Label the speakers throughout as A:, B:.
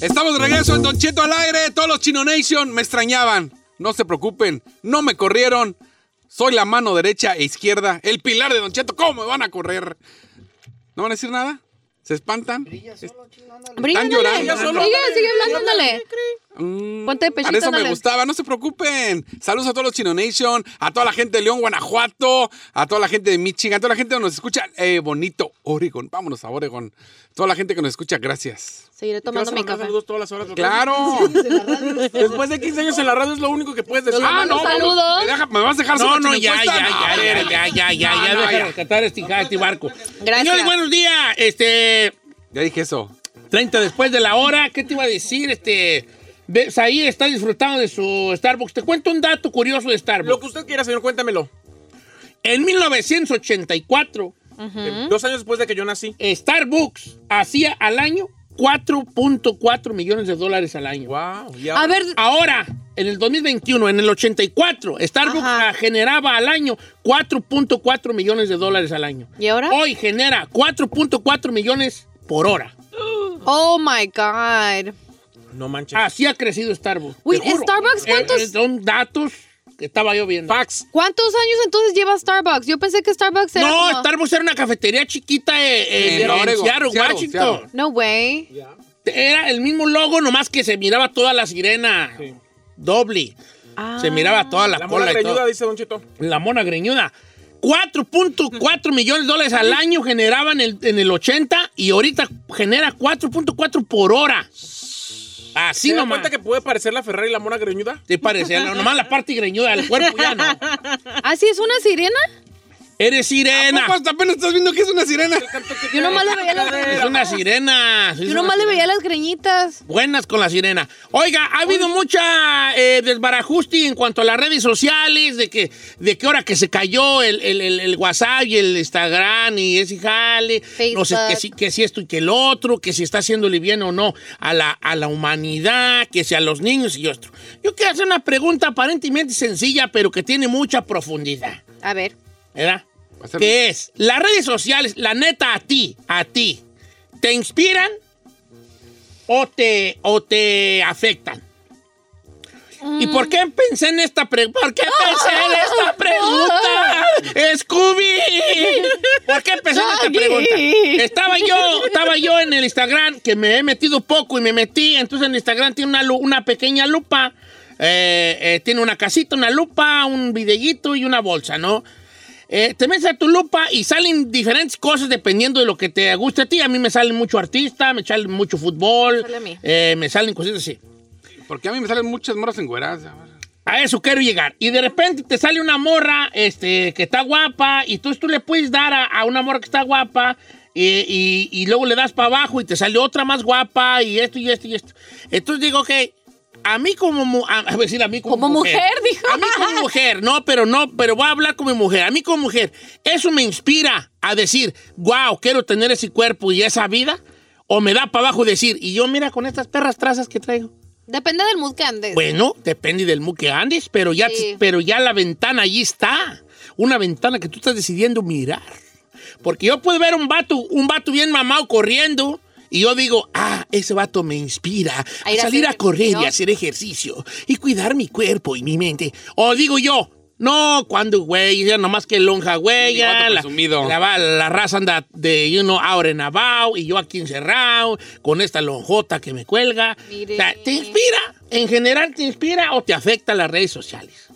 A: Estamos de regreso en Don Cheto al aire. Todos los Chino Nation me extrañaban. No se preocupen, no me corrieron. Soy la mano derecha e izquierda, el pilar de Don Cheto. ¿Cómo me van a correr? ¿No van a decir nada? ¿Se espantan?
B: Brilla,
A: llorando,
B: ándale.
A: solo.
B: Sigue, sigue hablando, ándale.
A: Mm,
B: Ponte de pechito,
A: Para eso me
B: ándale.
A: gustaba, no se preocupen. Saludos a todos los Chino Nation, a toda la gente de León, Guanajuato, a toda la gente de Michigan, a toda la gente que nos escucha. eh, bonito, Oregon. Vámonos a Oregon. Toda la gente que nos escucha, gracias.
B: Seguiré tomando mi café.
C: saludos todas las horas.
A: ¡Claro!
C: Después de 15 años en la radio es lo único que puedes decir.
A: ¡Ah, no!
B: saludos.
A: ¿Me, deja- me vas a dejar
D: No,
A: sola,
D: no,
A: Chino
D: ya,
A: Encuesta?
D: ya,
A: No,
D: ya,
A: espérate.
D: ya, ya, ya, ya,
A: No,
D: ya,
A: no,
D: deja de
A: ya.
D: rescatar este, hija- este barco.
B: Gracias.
D: Señores, buenos días. Este,
A: Ya dije eso.
D: 30 después de la hora, ¿qué te iba a decir? Este, de- Saí está disfrutando de su Starbucks. Te cuento un dato curioso de
C: Lo
D: Starbucks.
C: que usted quiera, señor, cuéntamelo.
D: En 1984,
C: Eh, Dos años después de que yo nací.
D: Starbucks hacía al año 4.4 millones de dólares al año.
C: Wow.
B: A ver,
D: Ahora, en el 2021, en el 84, Starbucks
B: Ajá.
D: ah, generaba al año 4.4 millones de dólares al año.
B: ¿Y ahora?
D: Hoy genera 4.4 millones por hora.
B: oh my God.
C: No manches.
D: Así ha crecido Starbucks.
B: Wait,
D: te juro. Eh,
B: Starbucks, ¿cuántos-
D: son datos que estaba yo viendo.
C: Fax.
B: ¿Cuántos años entonces lleva Starbucks? Yo pensé que Starbucks era.
D: No,
B: como-
D: Starbucks era una cafetería chiquita eh, eh,
A: En
D: en,
A: Oregon,
D: Seattle,
A: Seattle,
D: Washington.
A: Seattle.
B: No way.
D: Era el mismo logo, nomás que se miraba toda la sirena doble.
B: Ah.
D: Se miraba toda la,
C: La
D: cola
C: mola
D: y todo.
C: greñuda, dice Don Cheto.
D: La mona greñuda. 4.4 millones de dólares al año generaban el- en el 80 y ahorita genera 4.4 por hora. Así
C: ¿Se da
D: nomás.
C: cuenta que puede parecer la Ferrari la mona greñuda?
D: Te parecía, no, nomás la parte greñuda del cuerpo ya no.
B: ¿Ah, sí es una sirena?
D: Eres sirena.
A: Papá, hasta pues, apenas estás viendo que es una sirena.
B: Yo nomás le veía las,
D: Es una sirena. Es
B: yo
D: una
B: nomás le
D: sirena.
B: veía las greñitas.
D: Buenas con la sirena. Oiga, ha habido mucha eh, desbarajuste en cuanto a las redes sociales, de que de qué hora que se cayó el, el- el- el WhatsApp y el Instagram y ese jale. No sé, que
B: Facebook.
D: si, que si esto y que el otro, que si está haciéndole bien o no a la, a la humanidad, que si a los niños y otro. Yo quiero hacer una pregunta aparentemente sencilla, pero que tiene mucha profundidad.
B: A ver.
D: ¿Verdad?
A: Va a ser-
D: Que es, las redes sociales, la neta, a ti, a ti, ¿te inspiran o te, o te afectan? ¿Y por qué pensé en esta pregunta? ¿Por qué pensé en esta pregunta? ¡Scooby! ¿Por qué pensé en esta pregunta? Estaba yo, estaba yo en el Instagram, que me he metido poco y me metí. Entonces en el Instagram tiene una, lu- una pequeña lupa. eh, eh, tiene una casita, una lupa, un videíto y una bolsa, ¿no? Eh, te metes a tu lupa y salen diferentes cosas dependiendo de lo que te guste a ti. A mí me salen mucho artista, me salen mucho fútbol,
B: Sale a mí.
D: eh, me salen cositas así.
A: Porque a mí me salen muchas morras encueradas.
D: A eso quiero llegar. Y de repente te sale una morra este, que está guapa y tú, tú le puedes dar a, a una morra que está guapa eh, y, y luego le das para abajo y te sale otra más guapa y esto y esto y esto. Entonces digo, ok, a mí como... mu- A, a decir, a mí como,
B: Como mujer, dijo.
D: A mí como mujer, no, pero no, pero voy a hablar como mujer. A mí como mujer, eso me inspira a decir, wow, quiero tener ese cuerpo y esa vida. O me da para abajo decir, y yo mira con estas perras trazas que traigo.
B: Depende del mood que andes.
D: Bueno, depende del mu que andes, pero ya,
B: Sí.
D: pero ya la ventana allí está. Una ventana que tú estás decidiendo mirar. Porque yo puedo ver un vato, un vato bien mamado corriendo. Y yo digo, ah, ese vato me inspira a,
B: A ir a
D: salir
B: hacer
D: a correr y
B: ejercicio.
D: hacer ejercicio y cuidar mi cuerpo y mi mente. O digo yo, no, cuando, güey, ya nomás que lonja, güey,
A: Sí, vato
D: ya la,
A: presumido.
D: la va- la raza anda de, you know, out and about y yo aquí encerrado con esta lonjota que me cuelga.
B: Mire.
D: O sea, te inspira, en general te inspira o te afecta las redes sociales.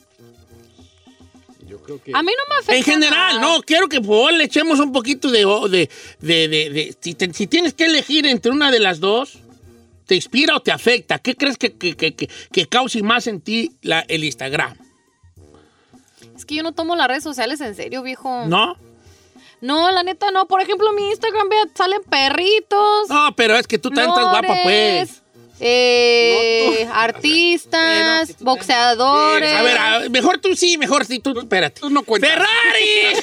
B: A mí no me afecta.
D: En general,
B: nada.
D: no, quiero que por favor, le echemos un poquito de... de, de- de- de- si, te- si tienes que elegir entre una de las dos, ¿te inspira o te afecta? ¿Qué crees que, que, que- que- que cause más en ti la- el Instagram?
B: Es que yo no tomo las redes sociales en serio, viejo.
D: ¿No?
B: No, la neta no. Por ejemplo, mi Instagram, vea, salen perritos.
D: No, pero es que tú también estás guapa, pues.
B: flores, eh, artistas, boxeadores.
D: A ver, a ver, mejor tú sí, mejor sí, tú, espérate.
A: tú no cuentas.
D: ¡Ferrari!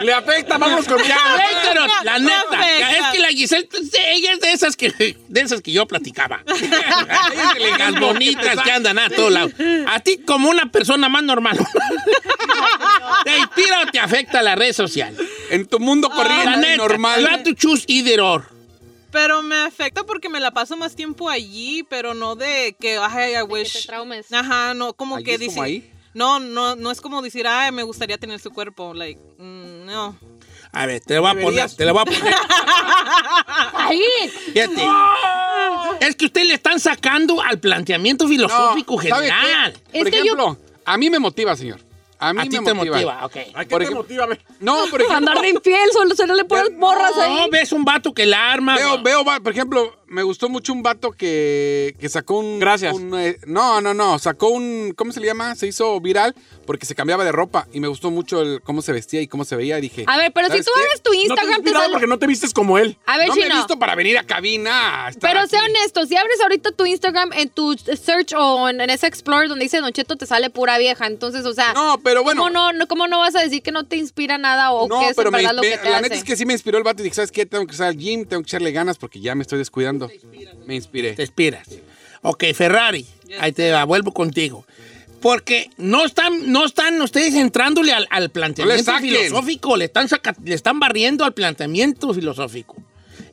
C: Le afecta, vamos con
D: Ya,
C: ya.
D: Leiteron, la
E: no
D: neta. Ya,
E: afecta.
D: es que la Giselle, ella es de esas que, de esas que yo platicaba. Las bonitas que andan a todos lados. A ti, como una persona más normal, te inspira o te afecta la red social.
A: En tu mundo
D: La
A: corriente,
D: neta, you have
A: normal.
D: to choose either or.
E: Pero me afecta porque me la paso más tiempo allí, pero no de que, ay, I
B: que
E: wish.
B: te traumes.
E: Ajá, no, como
A: Allí
E: que
A: es como
E: dice.
A: ahí.
E: No, no, no es como decir, ay, me gustaría tener su cuerpo. Like, mm, no.
D: A ver, te la voy a poner,
E: Deberías.
D: te la voy a poner.
B: ¡Ahí!
D: Fíjate. Es que ustedes le están sacando al planteamiento filosófico
A: No, ¿sabe
D: general.
A: qué?
B: Es
A: Por
B: que yo-
A: ejemplo, a mí me motiva, señor. A mí
D: A
A: me
D: ti te motiva, ok.
C: ¿A qué
A: Por
C: te
A: ejemplo-
C: motiva? ve?
A: No, por ejemplo.
B: Andar de infiel, solo se le ponen borras
D: No,
B: ahí.
D: ves un vato que la arma.
A: Veo,
D: no.
A: veo, va- por ejemplo, me gustó mucho un vato que, que sacó un...
C: Gracias.
A: un, eh, no, no, no, sacó un... ¿Cómo se le llama? Se hizo viral porque se cambiaba de ropa y me gustó mucho el cómo se vestía y cómo se veía y dije...
B: A ver, pero si
A: ¿sabes
B: tú
A: qué?
B: abres tu
C: No te has
B: Instagram, te
C: inspirado
B: sale.
C: porque no te vistes como él.
B: A ver,
A: no me he
B: Chino.
A: visto para venir a cabina. a estar
B: Pero
A: aquí.
B: sea honesto, si abres ahorita tu Instagram en tu search o en, en ese Explorer donde dice Don Cheto, te sale pura vieja. Entonces, o sea,
A: No, pero bueno.
B: ¿cómo, no, no- cómo no vas a decir que no te inspira nada o
A: No,
B: que es
A: pero
B: en
A: me
B: verdad lo que
A: inspi-
B: te
A: la
B: hace?
A: neta es que sí me inspiró el vato y dije, ¿sabes qué? Tengo que usar al gym, tengo que echarle ganas porque ya me estoy descuidando. Me inspiré.
D: Te inspiras. Ok, Ferrari, ahí te va, vuelvo contigo. Porque no están, no están ustedes entrándole al, al planteamiento
A: saquen.
D: filosófico, le están, saca- le están barriendo al planteamiento filosófico.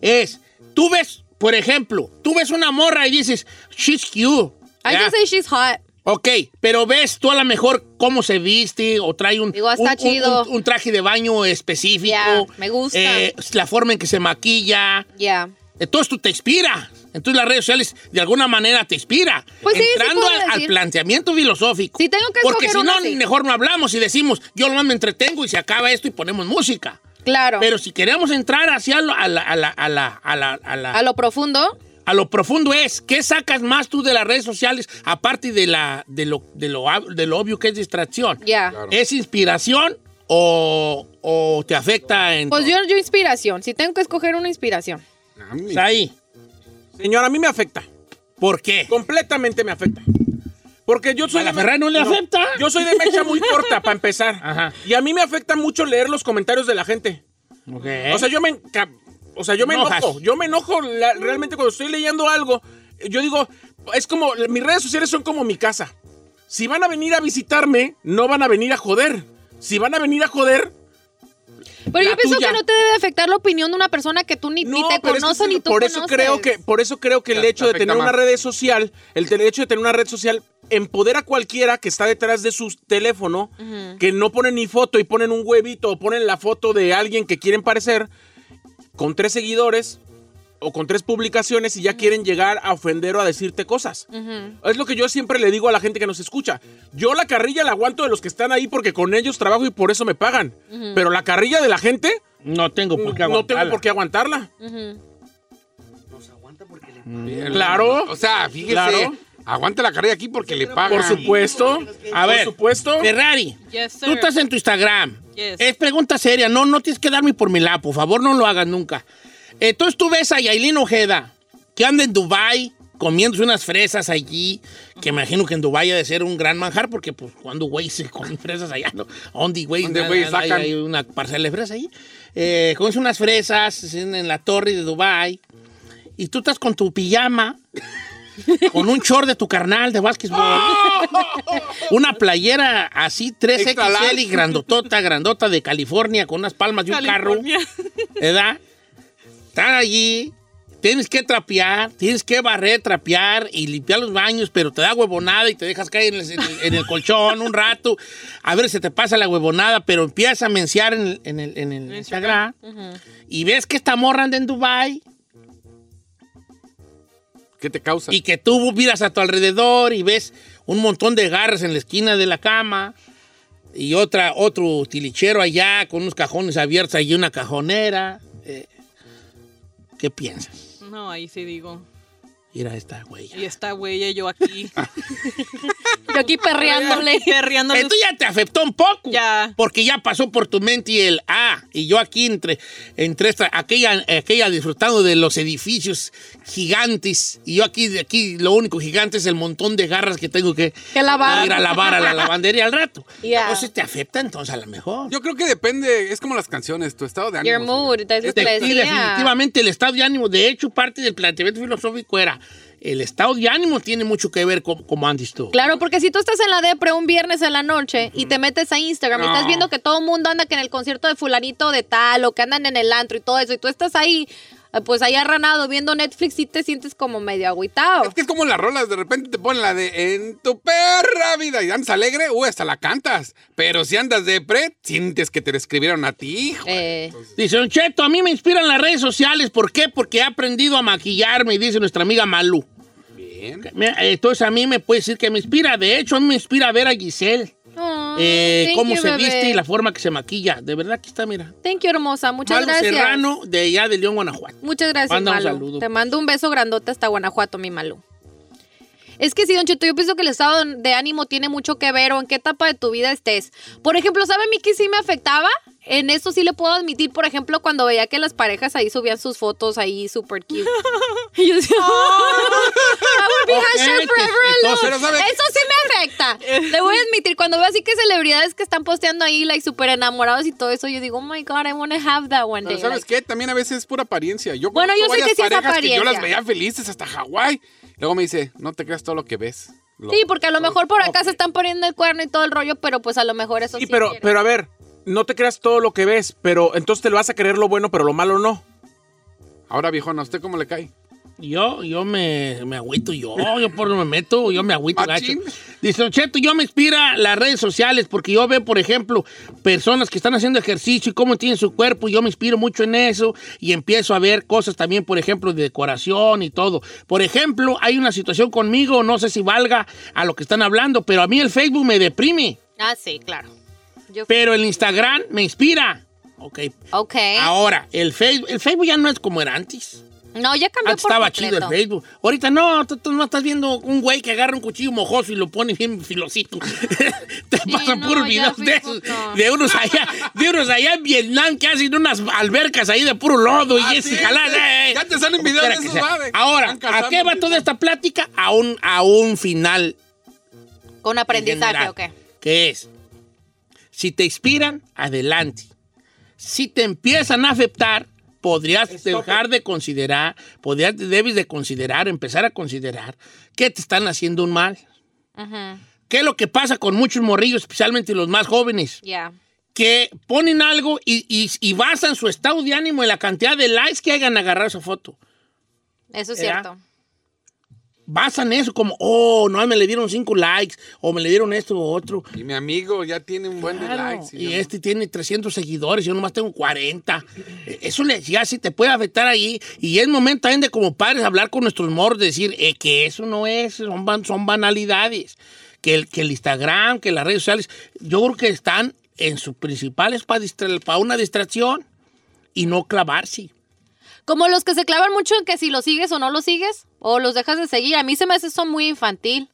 D: Es, tú ves, por ejemplo, tú ves una morra y dices, she's cute.
B: I
D: ¿ya?
B: can say she's hot.
D: Ok, pero ves tú a lo mejor cómo se viste o trae un,
B: Digo,
D: un,
B: está
D: un-
B: chido.
D: un- un traje de baño específico.
B: Ya, me gusta.
D: eh, la forma en que se maquilla.
B: Yeah.
D: Entonces tú te inspira. Entonces las redes sociales de alguna manera te inspira.
B: Pues sí, sí
D: Entrando
B: puedo
D: al, al
B: decir.
D: planteamiento filosófico.
B: Si tengo que
D: Porque si
B: escoger
D: no,
B: una, sí.
D: mejor no hablamos y decimos, yo nomás me entretengo y se acaba esto y ponemos música.
B: Claro.
D: Pero si queremos entrar hacia lo, a, la, a, la, a, la, a, la, a, la-
B: a lo profundo.
D: a lo profundo es, ¿qué sacas más tú de las redes sociales aparte de, la, de, lo, de, lo, ab- de lo obvio que es distracción?
B: Ya.
A: Claro.
D: ¿Es inspiración o, o te afecta en...
B: Pues yo, yo inspiración. Si tengo que escoger una inspiración.
A: Ah, mi-
D: Está ahí.
C: Señor, a mí me afecta.
D: ¿Por qué?
C: Completamente me afecta. Porque yo soy
D: ¿A la
C: de me-
D: Ferrari no le afecta?
C: Yo soy de mecha muy corta, para empezar.
D: Ajá.
C: Y a mí me afecta mucho leer los comentarios de la gente.
D: Ok.
C: O sea, yo me enca- o sea, yo me
D: Enojas.
C: enojo, yo me enojo la- realmente cuando estoy leyendo algo, yo digo, es como mis redes sociales son como mi casa. Si van a venir a visitarme, no van a venir a joder. Si van a venir a joder,
B: Pero
C: La
B: yo pienso
C: tuya.
B: que no te debe afectar la opinión de una persona que tú ni, ni
C: no,
B: te
C: pero es que
B: conoces
C: sí,
B: ni tú
C: por eso
B: conoces.
C: creo que por eso creo que el
A: Te
C: hecho de
A: afecta
C: tener una
A: más.
C: red social, el te- el hecho de tener una red social empodera a cualquiera que está detrás de su teléfono, que no ponen ni foto y ponen un huevito o ponen la foto de alguien que quieren parecer con tres seguidores o con tres publicaciones y ya quieren llegar a ofender o a decirte cosas. Es lo que yo siempre le digo a la gente que nos escucha. Yo la carrilla la aguanto de los que están ahí porque con ellos trabajo y por eso me pagan. Pero la carrilla de la gente
D: No tengo por qué
C: no tengo
D: aguantarla.
C: por qué aguantarla.
A: Bien.
C: Claro.
A: O sea, fíjese.
C: Claro.
A: Aguanta la carrera aquí porque le pagan.
C: Por supuesto.
D: A ver,
C: Por supuesto.
D: Ferrari,
E: Yes, sir.
D: tú estás en tu Instagram.
E: Yes.
D: Es pregunta seria. No, no tienes que darme por mi lado. Por favor, no lo hagas nunca. Entonces tú ves a Yailin Ojeda, que anda en Dubai comiéndose unas fresas allí, que imagino que en Dubai ha de ser un gran manjar, porque pues cuando güey se comen fresas allá, ¿no? ¿Dónde güey?
A: ¿Dónde,
D: Nada,
A: güey,
D: hay-
A: sacan?
D: Hay una parcela de fresas ahí. Eh, comes unas fresas en, en la torre de Dubai y tú estás con tu pijama, con un short de tu carnal de básquetbol, una playera así
A: Extra
D: 3XL
A: large.
D: y grandotota, grandota de California con unas palmas de un carro,
E: California.
D: ¿verdad? Están allí, tienes que trapear, tienes que barrer, trapear y limpiar los baños, pero te da huevonada y te dejas caer en el, en el- en el colchón un rato. A ver, se te pasa la huevonada, pero empiezas a menciar en el, en el- en el Instagram y ves que esta morra anda en Dubai
A: ¿Qué te causa?
D: Y que tú miras a tu alrededor y ves un montón de garras en la esquina de la cama y otra, otro tilichero allá con unos cajones abiertos y una cajonera. Eh, ¿Qué piensas?
E: No, ahí sí digo.
D: Mira esta huella.
E: Y esta huella yo aquí.
B: Yo aquí perreándole.
E: Perreándole.
D: Esto ya te afectó un poco.
E: Ya.
D: Porque ya pasó por tu mente y el ah, y yo aquí entre, entre esta, aquella, aquella disfrutando de los edificios gigantes. Y yo aquí, de aquí, lo único gigante es el montón de garras que tengo que,
B: Que lavar.
D: ir a lavar a la lavandería al rato.
B: Ya.
D: Entonces te afecta entonces a lo mejor.
A: Yo creo que depende, es como las canciones, tu estado de ánimo.
B: Your
A: señor.
B: mood, that's what
D: Te-
B: I
D: sí,
B: decía.
D: definitivamente el estado de ánimo. De hecho, parte del planteamiento filosófico era el estado de ánimo tiene mucho que ver con como han dicho.
B: Claro, porque si tú estás en la depre un viernes en la noche y te metes a Instagram y estás viendo que todo el mundo anda que en el concierto de fulanito de tal o que andan en el antro y todo eso y tú estás ahí, eh, pues ahí arranado viendo Netflix y te sientes como medio agüitado.
A: Es que es como las rolas, de repente te ponen la de en tu perra vida y andas alegre, uy, hasta la cantas. Pero si andas de pre, sientes que te la escribieron a ti, hijo.
B: Eh,
C: pues,
D: Dice, Don Cheto, a mí me inspiran las redes sociales. ¿Por qué? Porque he aprendido a maquillarme, dice nuestra amiga Malu.
B: Eh,
A: Bien.
D: Mira, Entonces a mí me puede decir que me inspira. De hecho, a mí me inspira ver a Giselle.
B: oh,
D: eh,
B: thank
D: cómo
B: you,
D: se
B: bebé.
D: viste y la forma que se maquilla. De verdad que está, mira.
B: Thank you, hermosa. Muchas
D: Malu
B: gracias.
D: Serrano, de allá de León, Guanajuato.
B: Muchas gracias,
D: Manda un
B: Malu.
D: saludo,
B: Te
D: pues.
B: mando un beso grandote hasta Guanajuato, mi Malu. Es que sí, Don Cheto, yo pienso que el estado de ánimo tiene mucho que ver o en qué etapa de tu vida estés. Por ejemplo, ¿sabe a mí que sí me afectaba? En eso sí le puedo admitir, por ejemplo, cuando veía que las parejas ahí subían sus fotos ahí super cute. Y yo decía, "I would be
D: Ok,
B: hashtag
D: te-
B: forever
D: entonces,
B: alone".
A: pero ¿sabe?
B: Eso sí me afecta. Le voy a admitir, cuando veo así que celebridades que están posteando ahí, like, súper enamorados y todo eso, yo digo, oh my God, I want to have that one
A: Pero
B: day.
A: ¿sabes
B: like,
A: qué? También a veces es pura apariencia. Yo
B: Bueno, yo
A: conozco
B: sé que
A: varias
B: sí es
A: parejas que Yo las
B: apariencia.
A: veía felices hasta Hawái. Luego me dice, no te creas todo lo que ves. Lo-
B: Sí, porque a lo mejor por acá se están poniendo el cuerno y todo el rollo, pero pues a lo mejor eso sí.
C: Sí, pero,
B: quieren.
C: pero a ver, no te creas todo lo que ves, pero entonces te lo vas a creer lo bueno, pero lo malo no.
A: Ahora, viejona, ¿a usted cómo le cae?
D: Yo, yo me, me agüito yo, yo por no me meto, yo me agüito gacho.
A: Machín.
D: Dice, "Don Cheto, yo me inspira las redes sociales porque yo veo, por ejemplo, personas que están haciendo ejercicio y cómo tienen su cuerpo, y yo me inspiro mucho en eso y empiezo a ver cosas también, por ejemplo, de decoración y todo. Por ejemplo, hay una situación conmigo, no sé si valga a lo que están hablando, pero a mí el Facebook me deprime,
B: Ah, sí, claro. Yo...
D: pero el Instagram me inspira. Ok.
B: Ok.
D: Ahora, el Facebook, el Facebook ya no es como era antes.
B: No, ya cambió
D: Antes
B: por
D: Ah, estaba
B: completo.
D: chido el Facebook. Ahorita no, tú, tú no estás viendo un güey que agarra un cuchillo mojoso y lo pone bien filosito. Te pasan
B: no,
D: puros
B: ya
D: videos de
B: Facebook
D: esos.
B: no.
D: De unos allá, de unos allá en Vietnam que hacen unas albercas ahí de puro lodo
A: Ah,
D: y ese
A: sí,
D: jalada,
A: sí.
D: eh, eh.
A: Ya te salen
D: Como
A: videos
D: quiera
A: de
D: que
A: esos, va,
D: sea.
A: de-
D: Ahora,
A: están
D: ¿a qué
A: cazando
D: va toda esta plática? A un, a un final.
B: Con aprendizaje,
D: general,
B: ok.
D: Que es, si te inspiran, adelante. Si te empiezan a afectar, podrías dejar de considerar, podrías, debes de considerar, empezar a considerar que te están haciendo un mal.
B: Ujú,
D: ¿Qué es lo que pasa con muchos morrillos, especialmente los más jóvenes?
B: Ya.
D: Que ponen algo y, y- y basan su estado de ánimo en la cantidad de likes que hayan agarrado esa foto.
B: Eso es
D: ¿Era?
B: cierto.
D: Basan eso como, oh, no, me le dieron cinco likes, o me le dieron esto o otro.
A: Y mi amigo ya tiene un buen de
D: Claro,
A: likes.
D: Y,
A: yo no-
D: este tiene 300 seguidores, yo nomás tengo 40. Eh, Eso le, ya sí te puede afectar ahí. Y es momento también de como padres hablar con nuestros morros, decir eh, que eso no es, son, ban- son banalidades. Que el, que el Instagram, que las redes sociales, yo creo que están en sus principales para una distracción y no clavarse.
B: Como los que se clavan mucho en que si los sigues o no los sigues, o los dejas de seguir. A mí se me hace eso muy infantil.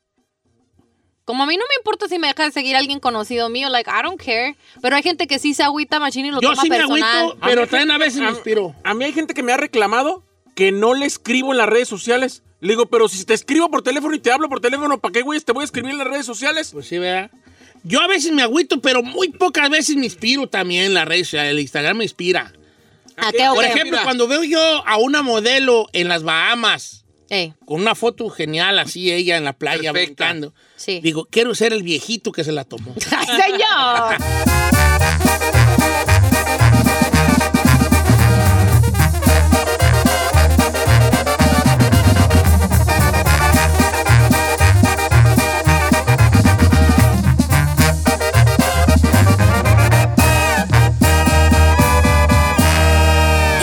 B: Como a mí no me importa si me deja de seguir alguien conocido mío, like, I don't care. Pero hay gente que sí se agüita machín y lo
D: Yo
B: toma
D: sí me
B: personal.
D: agüito, pero también a veces me inspiro.
C: A mí hay gente que me ha reclamado que no le escribo en las redes sociales. Le digo, pero si te escribo por teléfono y te hablo por teléfono, ¿para qué, güey? Te voy a escribir en las redes sociales.
D: Pues sí, ¿verdad? Yo a veces me agüito, pero muy pocas veces me inspiro también en las redes sociales. El Instagram me inspira.
B: ¿A qué
D: Por
B: hora?
D: ejemplo,
A: mira.
D: cuando veo yo a una modelo en las Bahamas
B: Ey,
D: con una foto genial así ella en la playa
A: Perfecta.
D: brincando,
B: Sí.
D: digo, quiero ser el viejito que se la tomó.
B: ¡Ay, señor!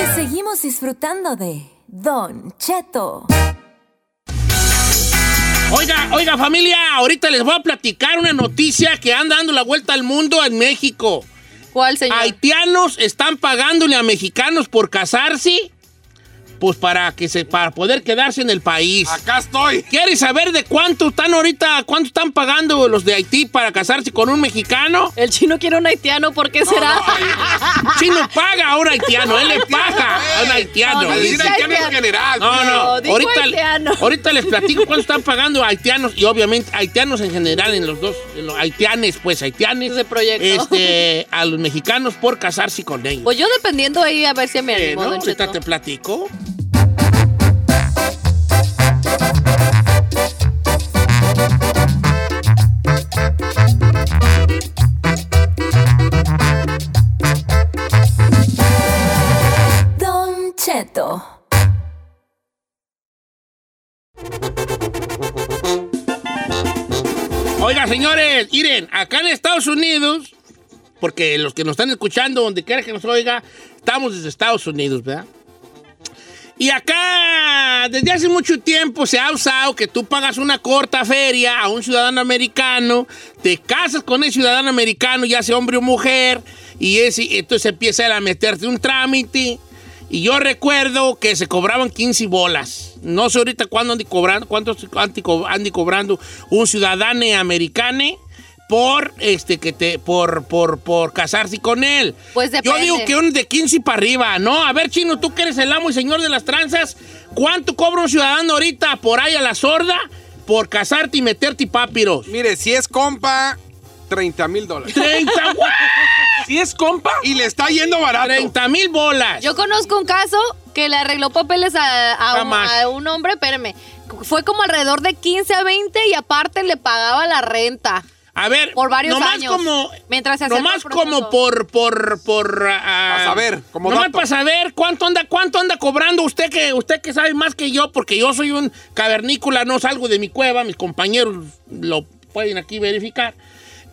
F: Y seguimos disfrutando de Don Cheto.
D: Oiga, oiga familia, ahorita les voy a platicar una noticia que anda dando la vuelta al mundo en México.
B: ¿Cuál, señor?
D: Haitianos están pagándole a mexicanos por casarse Pues para que se, para poder quedarse en el país.
A: Acá estoy.
D: ¿Quieres saber de cuánto están ahorita, cuánto están pagando los de Haití para casarse con un mexicano?
B: El chino quiere un haitiano, ¿por qué será?
D: Chino paga a un haitiano, él le paga a un haitiano.
B: No,
A: Medicina
B: dice
A: haitiana en
B: haitiano.
A: general.
D: No, no,
B: No, dijo
D: ahorita, le-
B: haitiano.
D: ahorita les platico cuánto están pagando a haitianos y obviamente haitianos en general, en los dos, en los haitianes, pues haitianes.
B: Ese proyecto.
D: Este, a los mexicanos por casarse con ellos.
B: Pues yo dependiendo ahí a ver si me
D: Eh,
B: animo,
D: ¿no?
B: Don
D: Ahorita
B: Cheto.
D: te platico.
F: Don Cheto.
D: Oiga, señores, miren, acá en Estados Unidos, porque los que nos están escuchando, donde quiera que nos oiga, estamos desde Estados Unidos, ¿verdad? Y acá, desde hace mucho tiempo se ha usado que tú pagas una corta feria a un ciudadano americano, te casas con ese ciudadano americano, ya sea hombre o mujer, y ese, entonces empieza él a meterte un trámite. Y yo recuerdo que se cobraban 15 bolas. No sé ahorita cuándo andan cobrando, cuántos andan co- andan cobrando un ciudadano americano por este que te por por por casarse con él.
B: Pues
D: Yo
B: depende.
D: digo que un de 15 para arriba, ¿no? A ver, Chino, tú que eres el amo y señor de las tranzas, ¿cuánto cobra un ciudadano ahorita por ahí a la sorda por casarte y meterte papiros?
A: Mire, si es compa, 30 mil dólares.
D: 30, what?
C: Si es compa,
A: Y le está yendo barato.
D: 30 mil bolas.
B: Yo conozco un caso que le arregló papeles a, a un,
D: Jamás.
B: a un hombre, espérame. Fue como alrededor de 15 a 20 y aparte le pagaba la renta.
D: A ver,
B: Por varios
D: nomás
B: años,
D: Como,
B: mientras se acerca
D: nomás
B: el proceso.
D: como por, por, por. ah,
A: Pa' saber, como
D: nomás
A: dato.
D: para saber cuánto anda, cuánto anda cobrando usted que, usted que sabe más que yo, porque yo soy un cavernícola, no salgo de mi cueva, mis compañeros lo pueden aquí verificar.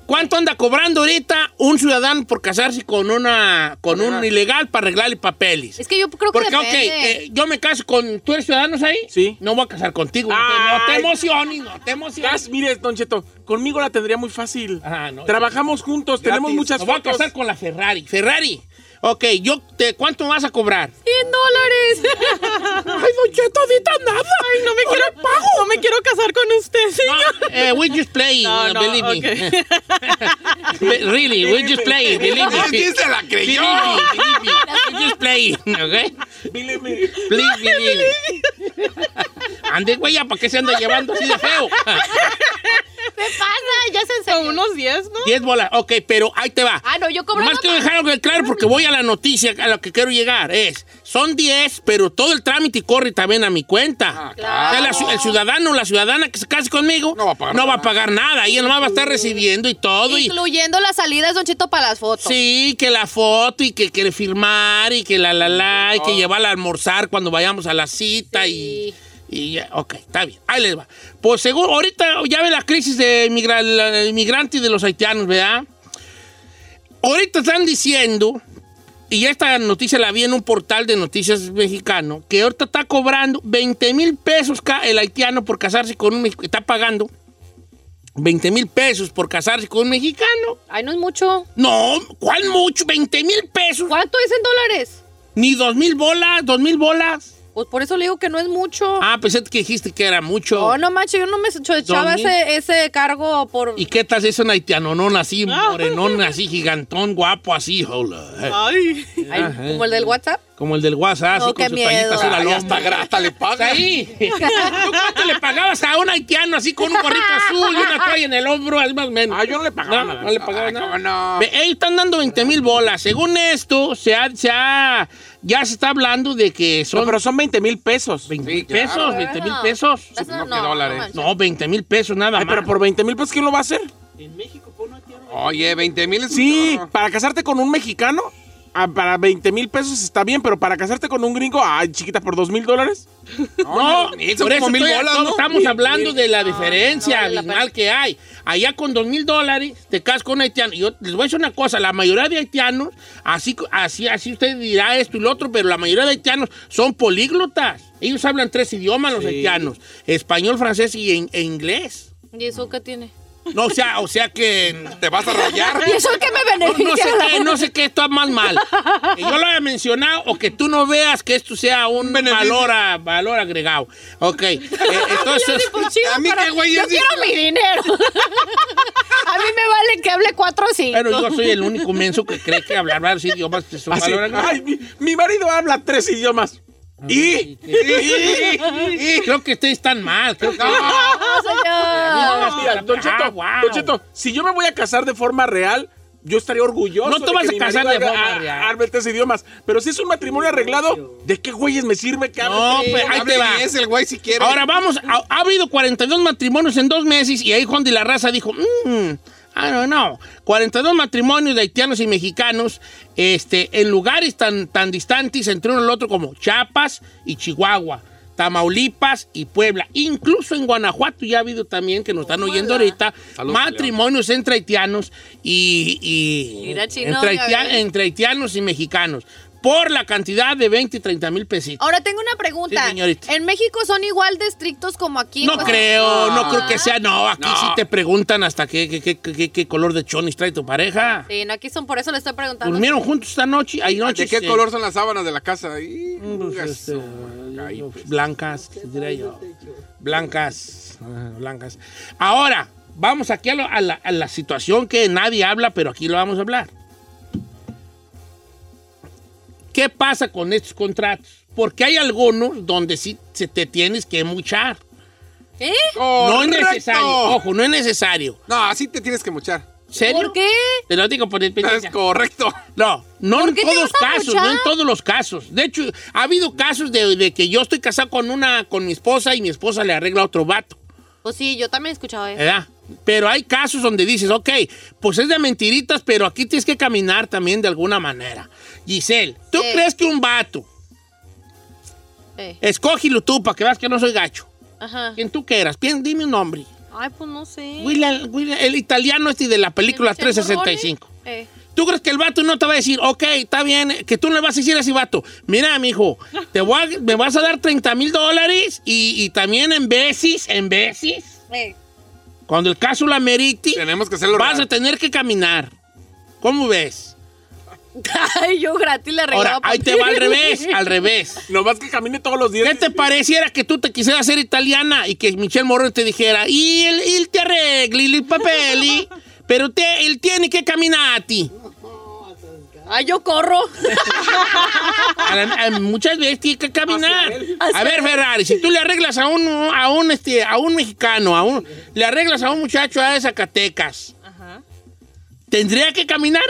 D: ¿Cuánto anda cobrando ahorita un ciudadano por casarse con una con un ilegal para arreglarle papeles?
B: Es que yo creo que
D: Porque, ok,
B: depende.
D: eh, yo me caso con. ¿Tú eres ciudadano ahí?
C: Sí.
D: No voy a casar contigo. no te- No te
C: Ay.
D: emociones, no te emociones.
C: gas, mire, Don Cheto, conmigo la tendría muy fácil.
D: Ajá, no.
C: Trabajamos juntos,
A: Gratis.
C: tenemos muchas
D: Me voy a
C: fotos.
D: casar con la Ferrari. Ferrari. Ok, yo te, ¿cuánto vas a cobrar?
B: 100 dólares.
D: Ay, no, Cheto, ahorita nada. Ay,
E: No me, quiero, no me quiero casar con usted, señor.
D: eh, we just playing,
E: No, no,
D: believe me.
E: ok.
D: Be- really, we just playing, believe me.
A: Sí se la
D: Believe
A: creyó.
D: me, believe me. We just playing, ok? Please believe me. Ande, güey, ¿para qué se anda llevando así de feo?
B: ¿Qué pasa? Ya se
E: Son
B: enseñó.
E: unos 10, ¿no?
D: Diez bolas. Ok, pero ahí te va.
B: Ah, no, yo cobraba
D: Más que dejarlo claro porque voy a la noticia a la que quiero llegar. Es, son 10, pero todo el trámite corre también a mi cuenta.
B: claro.
D: O sea, la ciu- el ciudadano o la ciudadana que se case conmigo
A: Ah, No va a pagar
D: no va a
A: nada.
D: pagar nada. Ella nomás va a estar recibiendo y todo. Y,
B: Incluyendo las salidas, Don Cheto, para las fotos.
D: sí, que la foto y que quiere firmar y que la la la y que llevarla a almorzar cuando vayamos a la cita y...
B: Sí.
D: Y ya, ok, está bien, ahí les va. Pues según, ahorita ya ve la crisis de migra- la- inmigrantes de los haitianos, ¿verdad? Ahorita están diciendo, y esta noticia la vi en un portal de noticias mexicano, que ahorita está cobrando 20 mil pesos ca- el haitiano por casarse con un mexicano, está pagando 20 mil pesos por casarse con un mexicano.
B: Ay, no es mucho.
D: No, ¿cuál mucho? 20 mil pesos.
B: ¿Cuánto es en dólares?
D: Ni dos mil bolas, dos mil bolas.
B: Pues por eso le digo que no es mucho.
D: Ah, pensé que dijiste que era mucho.
A: Oh,
B: Oh, No, no, macho, yo no me echaba
D: mil.
B: ese, ese cargo por...
D: ¿Y qué tal si es un haitianonón así,
A: Ah.
D: morenón, así, gigantón, guapo, así? Hola. eh.
E: Ay.
B: Ay, como el del WhatsApp.
D: Como el del WhatsApp, así
B: No,
D: con
B: qué
D: su tallita
B: miedo.
D: así la
A: Oh, Ay,
D: loma.
A: hasta grata le
D: Está
A: paga.
D: Pues ahí. ¿Tú cuánto le pagabas a un haitiano así con un gorrito azul y una toalla en el hombro, así más o menos?
C: Ah, yo no le pagaba
D: No,
C: nada.
D: no le
A: Ah,
D: pagaba nada.
A: ¿cómo no?
D: Ve, Ellos están dando 20 mil bolas. Según esto, se ha, se ha- ya se está hablando de que son
C: No, pero son 20 mil pesos.
D: 20
A: Sí,
D: mil
A: claro.
D: pesos, 20
B: Ah.
D: mil pesos.
B: Estás-
A: no, que dólares.
B: manches.
D: No, 20 mil pesos nada
C: Ay,
D: más.
C: pero por 20 mil pesos, ¿quién lo va a hacer?
A: Oye, 20 mil es
C: Sí,
A: mucho.
C: para casarte con un mexicano, ah, para 20 mil pesos está bien, pero para casarte con un gringo, ay, chiquita, por 2 mil dólares.
D: No,
A: Dios mío, son
D: por eso
A: como mil
D: estoy-
A: bolas,
D: no
A: ¿no?
D: estamos hablando de la diferencia
B: no vale la
D: abismal
B: pena.
D: que hay. Allá con dos mil dólares te casas con un haitiano. Yo les voy a decir una cosa, la mayoría de haitianos, así, así, así usted dirá esto y lo otro, pero la mayoría de haitianos son políglotas. Ellos hablan tres idiomas los haitianos, español, francés y en- e inglés.
B: ¿Y eso qué tiene?
D: No, o sea, o sea que.
A: ¿Te vas a rayar?
B: Y eso que me
D: No,
B: beneficia.
D: no sé qué, no sé qué está más mal. Que yo lo haya mencionado o que tú no veas que esto sea un valor, a- valor agregado. Ok. eh, entonces.
A: A mí qué güey
B: Yo
A: es.
B: quiero mi dinero. A mí me vale que hable cuatro o cinco.
D: Pero yo soy el único menso que cree que hablar varios idiomas es un
C: Así,
D: valor Ah, agregado.
C: Ah, ay, mi, mi marido habla tres idiomas. Y
D: Creo que ustedes están mal. Creo que...
B: No, señor.
C: Mira, Don Cheto,
D: Ah, wow.
C: Don Cheto, si yo me voy a casar de forma real, yo estaría orgulloso.
D: No te
C: de
D: vas
C: que
D: a
C: mi
D: casar
C: marido
D: de
C: haga-
D: forma
C: a-
D: real.
C: hable tres idiomas. Pero si es un matrimonio arreglado, ¿de qué güeyes me sirve que hable
D: No,
C: tres
D: pues,
C: idiomas?
D: ahí
A: Hable
D: te va.
A: inglés el güey si quiere.
D: Ahora vamos, ha, ha habido 42 matrimonios en dos meses y ahí Juan de la Raza dijo, mmm, I don't know, 42 matrimonios de haitianos y mexicanos este, en lugares tan, tan distantes entre uno y el otro como Chiapas y Chihuahua. Tamaulipas y Puebla. Incluso en Guanajuato ya ha habido también, que nos están oyendo ahorita,
A: Saludos,
D: matrimonios entre haitianos y... y-
B: Mira, chino,
D: entre,
B: ya
D: haitian-
B: ves.
D: entre haitianos y mexicanos. Por la cantidad de 20 y 30 mil pesitos.
B: Ahora tengo una
D: Sí,
B: pregunta.
D: señorita.
B: ¿En México son igual de estrictos como aquí?
D: No
B: Pues-
D: creo, no
A: Ah.
D: creo que sea. No, aquí
A: No.
D: sí te preguntan hasta qué, qué, qué- qué- qué color de chonis trae tu pareja.
B: Sí, no, aquí son, por eso le estoy preguntando.
D: ¿Durmieron juntos esta noche? Ay, noche
A: ¿De qué
D: sí.
A: color son las sábanas de la casa? Ih,
D: Pues,
A: gas-
D: este,
A: Ahí, pues.
D: blancas, diría yo. Blancas, ah, blancas. Ahora, vamos aquí a, lo- a la, a la situación que nadie habla, pero aquí lo vamos a hablar. ¿Qué pasa con estos contratos? Porque hay algunos donde sí se te tienes que muchar.
B: ¿Eh?
D: No es
A: ¡Correcto!
D: necesario, ojo, no es necesario.
A: Oh, No, así te tienes que mochar.
D: ¿Serio?
B: ¿Por qué?
D: Te lo digo por
A: Es
D: experiencia.
A: correcto.
D: No, no en
B: qué te
D: todos
B: vas a
D: casos,
B: mochar?
D: no en todos los casos. De hecho, ha habido casos de, de que yo estoy casado con una, con mi esposa y mi esposa le arregla a otro vato,
B: Pues sí, yo también he escuchado eso.
D: ¿verdad? Pero hay casos donde dices, ok, pues es de mentiritas, pero aquí tienes que caminar también de alguna manera. Giselle, ¿tú
B: Sí.
D: crees que un vato,
B: Eh,
D: escógilo tú para que veas que no soy gacho,
B: Ajá.
D: quien tú quieras, pi- dime un nombre.
B: Ay, pues no sé.
D: William, William- el italiano este de la película
B: ¿El Chemo
D: 365.
B: Rolle? Eh.
D: ¿Tú crees que el vato no te va a decir, ok, está bien, que tú no le vas a decir a ese vato, mira, mijo, te voy a- me vas a dar 30 mil dólares y, y también en veces, en veces,
B: Eh.
D: cuando el caso la meriti,
A: Tenemos que hacerlo
D: vas
A: real.
D: a tener que caminar. ¿Cómo ves?
B: Ay, yo gratis le arreglaba
D: Ahora, ahí te va al revés, al revés.
C: Nomás que camine todos los días.
D: ¿Qué te pareciera que tú te quisieras ser italiana y que Michelle Morón te dijera, y él, él te arregli el papel, pero te, él tiene que caminar a ti?
B: Ay, yo corro.
D: A la- a muchas veces tiene que caminar. A ver, Ferrari, si tú le arreglas a un, a un, este, a un mexicano, a un, le arreglas a un muchacho de Zacatecas,
E: Ajá.
D: ¿tendría que caminar?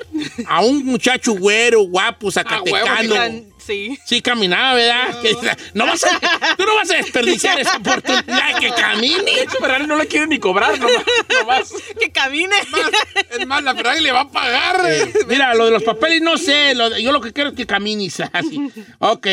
D: A un muchacho güero, guapo,
A: Ah,
D: zacatecano.
A: huevo, Ah,
E: Tan- sí.
D: Sí, caminaba, ¿verdad? Que- No vas a, tú no vas a desperdiciar esa oportunidad de que
C: De
D: camine.
C: hecho, Ferrari no le quiere ni cobrar, nomás. nomás.
E: Que camine.
A: Es más, la Ferrari le va a pagar.
D: Mira, lo de los papeles no sé. lo de- yo lo que quiero es que camines así. Ok,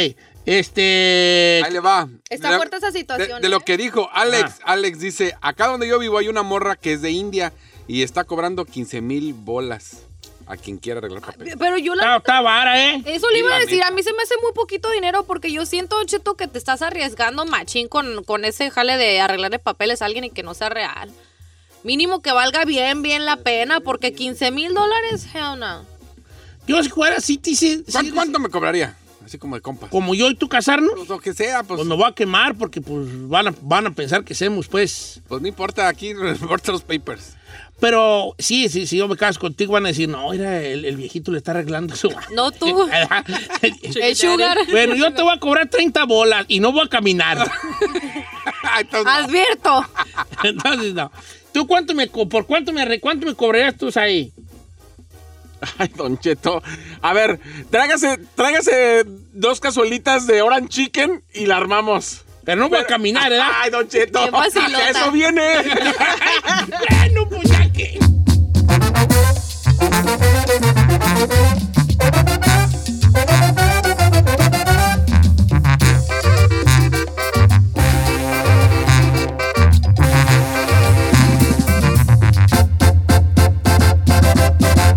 D: este...
A: Ahí le va.
B: Está
A: De-
B: fuerte esa situación,
A: De, de lo
B: ¿eh?
A: que dijo Alex, Alex dice, acá donde yo vivo hay una morra que es de India y está cobrando 15 mil bolas a quien quiera arreglar papel.
B: Pero yo la
D: Está, está vara, ¿eh?
B: Eso le
A: Sí,
B: iba a
A: la
B: decir,
A: neta.
B: a mí se me hace muy poquito dinero porque yo siento, Cheto, que te estás arriesgando machín con, con ese jale de arreglarle papeles a alguien y que no sea real. Mínimo que valga bien, bien la pena, porque 15 mil dólares, hell no.
D: Yo si fuera así, te hice-
A: ¿Cuán-
D: sí,
A: ¿Cuánto me cobraría? Así como de compas.
D: como yo y tú casarnos,
A: Pues, lo que sea, pues,
D: pues nos va a quemar porque pues van a, van a pensar que somos pues.
A: pues no importa, aquí no importa los papers.
D: Pero sí, sí, si yo me caso contigo van a decir, no, mira, el, el viejito le está arreglando su...
B: No tú.
D: Eh,
B: El sugar.
D: bueno, yo te voy a cobrar 30 bolas y no voy a caminar. eh,
A: Entonces,
B: Ah,
A: no.
B: Advierto.
D: Entonces, no. ¿Tú cuánto me, co- por cuánto me, re- cuánto me cobrarías tú ahí?
C: Ay, Don Cheto. A ver, tráigase, tráigase dos cazuelitas de Orange Chicken y la armamos.
D: Pero no voy a caminar, ¿verdad?
C: Ay, Don Cheto.
B: Qué facilota.
C: a Eso viene.
D: bueno, pues ya que...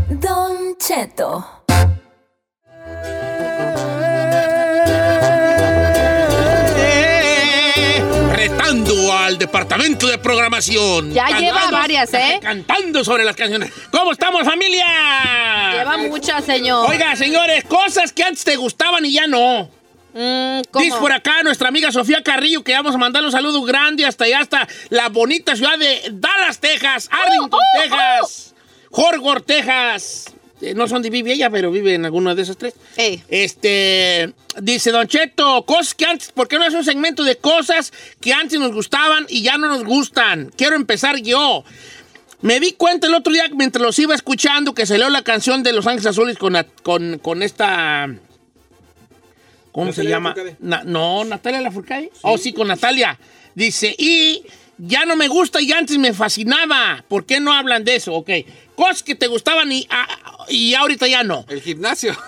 F: Don Cheto.
D: Eh, retando al departamento de programación.
B: Ya lleva
D: Cantando-
B: varias, ¿eh?
D: Cantando sobre las canciones. ¿Cómo estamos, familia?
B: Lleva muchas, señor.
D: Oiga, señores, cosas que antes te gustaban y ya no.
B: Mm, ¿cómo?
D: Dice por acá nuestra amiga Sofía Carrillo que vamos a mandar un saludo grande hasta allá, hasta la bonita ciudad de Dallas, Texas, Arlington,
B: oh,
D: Texas, Horgor, Texas. Eh, no son de vive ella, pero vive en alguna de esas tres.
B: Ey.
D: Este, dice Don Cheto, cosas que antes, ¿por qué no es un segmento de cosas que antes nos gustaban y ya no nos gustan? Quiero empezar yo. Me di cuenta el otro día mientras los iba escuchando que salió la canción de Los Ángeles Azules con, la- con, con esta... ¿Cómo se
C: Natalia
D: llama?
C: Lafourcade.
D: Na- no, Natalia Lafourcade. Oh, sí, con Natalia. Dice, y ya no me gusta y antes me fascinaba. ¿Por qué no hablan de eso? Ok. Cosas que te gustaban y, a- y ahorita ya no.
A: El gimnasio.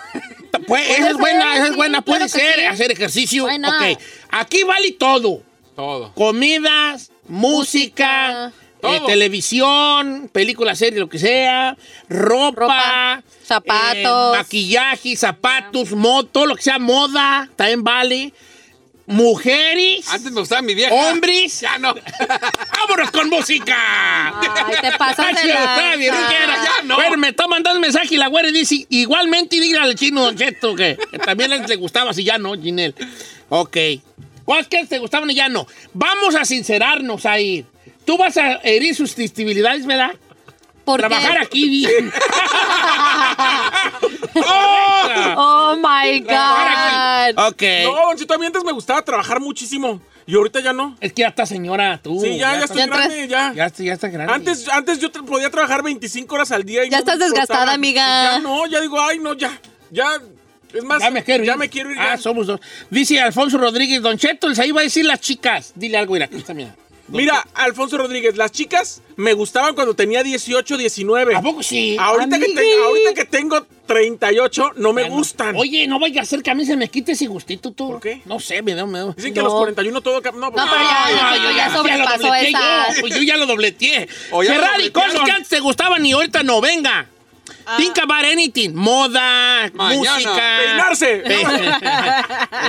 D: Pues, esa es
B: ser,
D: buena, esa es
B: sí,
D: buena.
B: claro
D: Puede
B: que
D: ser
B: sí.
D: hacer ejercicio.
B: Why not?
D: Ok. Aquí vale todo.
A: Todo.
D: Comidas, música, eh,
A: Todo.
D: televisión, películas, series, lo que sea, ropa, eh,
B: Ropa, zapatos.
D: maquillaje, zapatos, moto, todo lo que sea moda, también vale. Mujeres,
A: Antes me gustaba mi vieja.
D: hombres.
A: Ya no. Ah.
D: ¡Vámonos con música!
B: Ay, te pasas
D: Ay,
B: de
D: está bien,
B: lanza.
D: ¿qué era?
A: Ya no.
D: Bueno, me está mandando un mensaje y la güera dice, igualmente diga al chino Don Cheto que, que también antes le gustaba, si ya no, Ginel. Ok. ¿Cuáles que te gustaban y ya no? Vamos a sincerarnos ahí. Tú vas a herir sus sensibilidades, ¿verdad?
B: ¿Por qué?
D: Trabajar aquí bien.
B: Oh my God.
D: ok.
C: No, Don Cheto, a mí antes me gustaba trabajar muchísimo y ahorita ya no.
D: Es que ya está señora, tú.
C: Sí,
D: Uh,
C: ya, ya,
D: está-
C: estoy
B: Ya entras-
C: grande, ya.
D: ya está- ya está grande.
C: Antes, antes yo tra- podía trabajar 25 horas al día. Y
B: Ya
C: no me
B: estás desgastada,
C: importaba.
B: amiga.
C: Ya no, ya digo, ay, no, ya. Ya, es más,
D: Ya me quiero ir.
C: ya me quiero ir, ya.
D: Ah, somos dos. Dice Alfonso Rodríguez, Don Cheto, ahí va a decir las chicas. Dile algo, mira, aquí está, mira.
C: Mira, Alfonso Rodríguez, las chicas me gustaban cuando tenía 18, 19.
D: ¿A poco sí?
C: Ahorita que,
D: Amigue.
C: tengo, ahorita que tengo 38, no me
D: Ah, no.
C: gustan.
D: Oye, no vaya a hacer que a mí se me quite ese gustito tú.
C: ¿Por qué?
D: No sé, me da, me da.
C: Dicen que a los
B: No.
C: 41 todo... ca- No,
B: No, pero ya,
D: Ay,
B: ya,
D: ay,
B: ya,
D: ay,
B: ya
D: ay,
B: sobrepasó
D: lo dobleteé
B: esa.
D: yo. Pues yo ya lo dobleteé.
A: O ya lo
D: Ferrari, cosas
A: dobletearon.
D: que antes te gustaban y ahorita no, venga.
B: Ah.
D: Think about anything. Moda,
A: Mañana.
D: música.
C: Peinarse.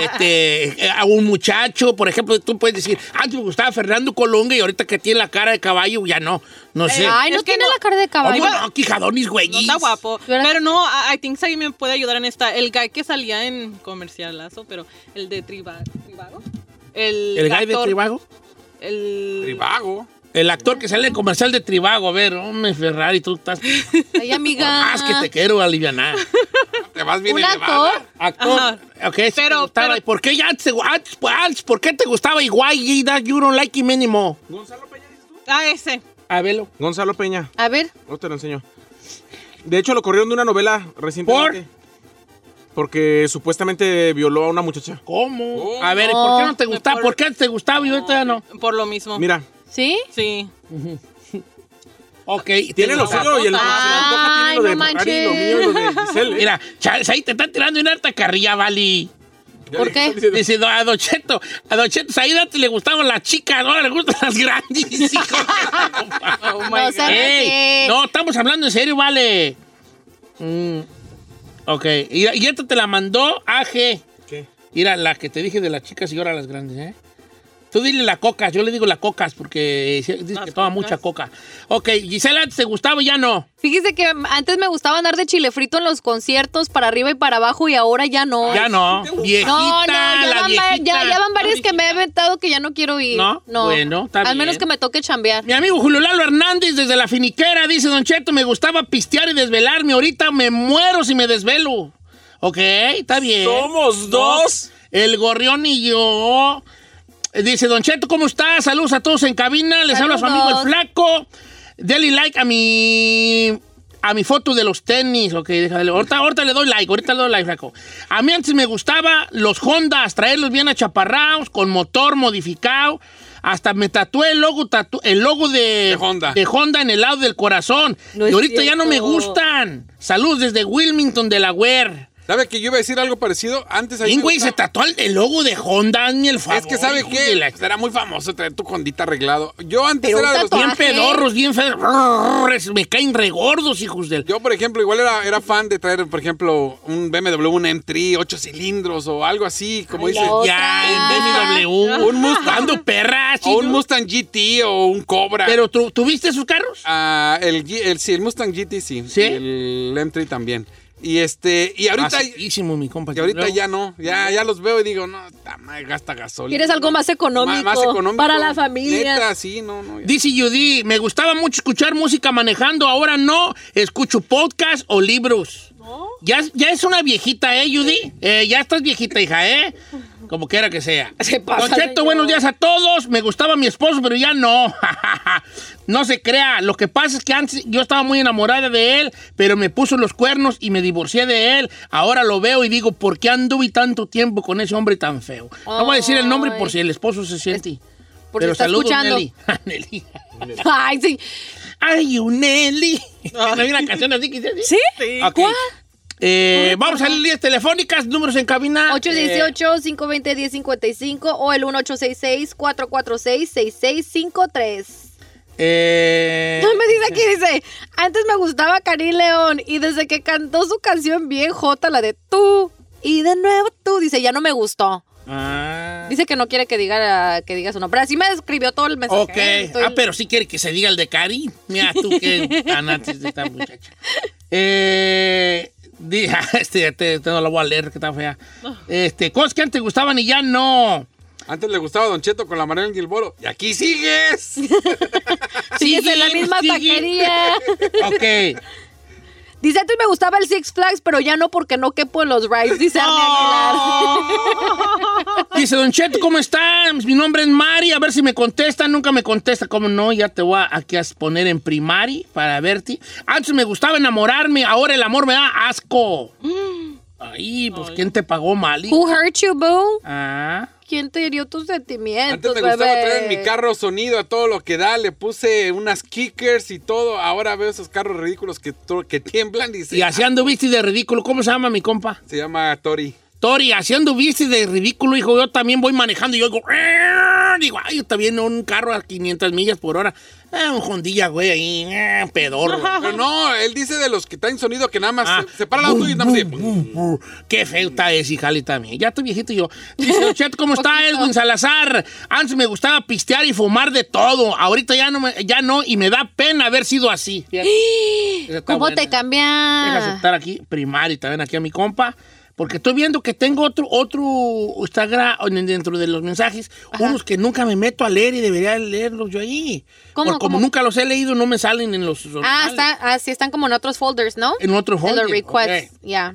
D: este, a un muchacho, por ejemplo, tú puedes decir, antes me gustaba Fernando Colunga y ahorita que tiene la cara de caballo, ya no. No sé.
B: Ay, no
E: Es que
B: tiene
E: no-
B: la cara de
D: Ay,
B: caballo.
D: no, quijadonis, güey.
E: No está guapo.
B: ¿Verdad?
E: Pero no, I, I think Sagui me puede ayudar en esta. El guy que salía en comercialazo, pero el de Triba- Tribago. El,
D: ¿El guy de
E: actor-
D: Tribago?
E: El.
A: Tribago.
D: El actor que sale en el comercial de Tribago, a ver, hombre, Ferrari, tú estás...
B: Ay, amiga.
D: Más Ah, que te quiero alivianar.
A: Te vas bien
B: Un
A: elevada.
B: actor.
D: Actor, ok, sí te
E: Pero-
D: gustaba.
E: pero-
D: ¿Y ¿Por qué ya antes, te gu- antes, pues, antes, ¿por qué te gustaba y why that you don't like him anymore?
E: Ah, ese.
D: A verlo.
C: Gonzalo Peña,
B: A ver,
C: no te lo enseño. De hecho, lo corrieron de una novela recientemente. Porque supuestamente violó a una muchacha.
D: ¿Cómo?
A: ¿Cómo?
D: A ver, ¿y ¿por qué no te
E: No,
D: gustaba?
E: por-
D: ¿Por qué antes te gustaba y ahorita ya no?
E: Por lo mismo.
C: Mira,
B: ¿sí?
E: Sí.
D: Ok. te
C: tiene lo
D: gustaba.
C: suyo y el se me antoja, tiene lo de
B: Ay, no
C: Ferrari, lo mío y lo de Giselle. ¿eh?
D: Mira, chas, ahí te están tirando una harta carrilla, Vali.
B: ¿Por qué?
D: Dice, "No, a Don Cheto, a Don Cheto, ahí antes le gustaban las chicas, ahora le gustan las grandes. hijo de-
E: Oh my
B: No
E: God.
B: sé.
D: Ey,
B: sí.
D: no, estamos hablando en serio, vale. Mm, ok, y, y esta te la mandó AG.
C: ¿Qué?
D: Mira, la que te dije de las chicas y ahora las grandes, ¿eh? Tú dile la cocas, yo le digo la cocas porque dice dice
E: Las
D: que toma
E: cocas.
D: mucha coca. Ok, Gisela, ¿te gustaba y ya no?
B: Fíjese que antes me gustaba andar de chile frito en los conciertos para arriba y para abajo y ahora ya no.
D: ya no. Viejita,
B: No, no, ya
D: la
B: van, va-
D: viejita.
B: ya, ya van varias que me he aventado que ya no quiero ir.
D: ¿No? Bueno, está
B: Al
D: bien.
B: menos que me toque chambear.
D: Mi amigo Julio Lalo Hernández desde la finiquera dice, Don Cheto, me gustaba pistear y desvelarme. Ahorita me muero si me desvelo. Ok, está bien.
C: Somos dos.
D: El gorrión y yo. Eh, Dice, Don Cheto, ¿cómo estás? Saludos a todos en cabina. Les habla su amigo el
B: Saludos.
D: flaco. Dele like a mi. A mi foto de los tenis, ok, déjale. Ahorita, ahorita le doy like, ahorita le doy like, flaco. A mí antes me gustaba los Hondas, traerlos bien achaparrados, con motor modificado. Hasta me tatué el logo, tatu- el logo de,
A: De Honda.
D: Honda en el lado del corazón.
B: No
D: y
B: es
D: ahorita ya no me
B: cierto.
D: gustan. Saludos desde Wilmington, Delaware.
A: ¿Sabe que yo iba a decir algo parecido? Antes ahí
D: Bien,
A: me
D: güey, se
A: gustaba-
D: tatuó el, el logo de Honda en el favor.
A: Es que ¿sabe
D: hijo
A: qué?
D: de la-
A: Era muy famoso traer tu condita arreglado. Yo antes
B: Pero
A: era
B: un
A: de los...
B: tatuaje.
D: Bien pedorros, bien feos. Brrr, Me caen regordos, hijos del...
A: Yo, por ejemplo, igual era, era fan de traer, por ejemplo, un BMW, un M3, ocho cilindros o algo así, como dice.
B: la
D: Ya, en BMW. Un Mustang. Ando perra,
A: O
D: chino.
A: un Mustang GT o un Cobra.
D: Pero tú, ¿tuviste sus carros?
A: Ah, el, G- el, sí, el Mustang GT sí.
D: ¿Sí?
A: Y el M3 también. Y este,
D: Ah,
A: y ahorita, y
D: Maciísimo, mi compa.
A: ahorita
D: Luego,
A: ya no, ya, ya los veo y digo, no, está mal, gasta gasolina.
B: Quieres algo más económico,
A: Más, económico.
B: para la familia.
A: Neta, sí, no, no. ya.
D: Dice Judy, me gustaba mucho escuchar música manejando, ahora no, escucho podcast o libros. Ya, ya es una viejita, ¿eh, Judy? Eh, ya estás viejita, hija, ¿eh? Como quiera que sea.
B: Se pasa,
D: Don Cheto,
B: señor.
D: buenos días a todos. Me gustaba mi esposo, pero ya no. no se crea. Lo que pasa es que antes yo estaba muy enamorada de él, pero me puso los cuernos y me divorcié de él. Ahora lo veo y digo, ¿por qué anduve tanto tiempo con ese hombre tan feo? No voy a decir el nombre por si el esposo se siente.
B: por si está escuchando.
D: Nelly. Nelly.
B: Ay, sí.
D: Ay, un Nelly. ¿No hay una canción así que dice así?
B: ¿Sí?
E: Sí.
D: Ok. Eh, vamos a las líneas telefónicas, números en cabina.
B: 818-520-1055 o el 1866-446-6653.
D: Eh,
B: No me dice aquí, dice, antes me gustaba Karim León y desde que cantó su canción bien J, la de tú y de nuevo tú, dice, ya no me gustó.
D: ah,
B: Dice que no quiere que diga, que diga su nombre. Así me describió todo el mensaje.
D: ok.
B: ¿eh? Estoy-
D: Ah, pero sí quiere que se diga el de Cari. Mira tú qué tan antes de esta muchacha. Eh, di- este, este, este no lo voy a leer, que está fea.
B: Ah.
D: Este, cosas que antes te gustaban y ya no.
A: Antes le gustaba Don Cheto con la Mariel Gilboro. Y aquí sigues.
B: Sigues en la
D: Sigue,
B: misma
D: sigue.
B: taquería.
D: Ok.
B: Dice, antes me gustaba el Six Flags, pero ya no porque no quepo en los rides, dice Arne Aguilar.
D: Dice, Don Cheto, ¿cómo están? Mi nombre es Mari, a ver si me contesta. Nunca me contesta, ¿cómo no? Ya te voy a, aquí a poner en primari para verte. Antes me gustaba enamorarme, ahora el amor me da asco. Ay, pues, ¿quién te pagó mal? hija?
B: Who hurt you, boo?
D: Ah,
B: ¿Quién te hirió tus
A: Antes
B: sentimientos,
A: me gustaba
B: bebé?
A: traer en mi carro sonido a todo lo que da. Le puse unas kickers y todo. Ahora veo esos carros ridículos que, to- que tiemblan. Y se,
D: y así anduviste de ridículo. ¿Cómo se llama mi compa?
A: se llama Tori.
D: Tori, así anduviste de ridículo, hijo. Yo también voy manejando y yo digo... "Arr", Digo, ay, está viendo un carro a 500 millas por hora. Ah, un jondilla, güey, ahí, ah, pedorro.
A: Pero no, él dice de los que traen sonido que nada más
D: Ah.
A: se, se para el auto y nada más. se-
D: Uh, uh, Qué feo está ese, jale también. Ya estoy viejito yo. Dice, "Don Cheto, ¿cómo está Edwin Salazar? Antes me gustaba pistear y fumar de todo. Ahorita ya no, me- ya no y me da pena haber sido así. Fíjate. Esa está
B: ¿Cómo
D: buena.
B: te
D: Deja
B: cambia?
D: aceptar aquí, primario, y también aquí a mi compa. Porque estoy viendo que tengo otro, otro Instagram en- dentro de los mensajes, unos que nunca me meto a leer y debería leerlos yo ahí.
B: ¿Cómo,
D: Porque como
B: cómo?
D: nunca los he leído, no me salen en los
B: Ah,
D: normales.
B: está, ah, sí, están como en otros folders, ¿no?
D: En otro folder,
B: los requests,
D: ok.
B: ya.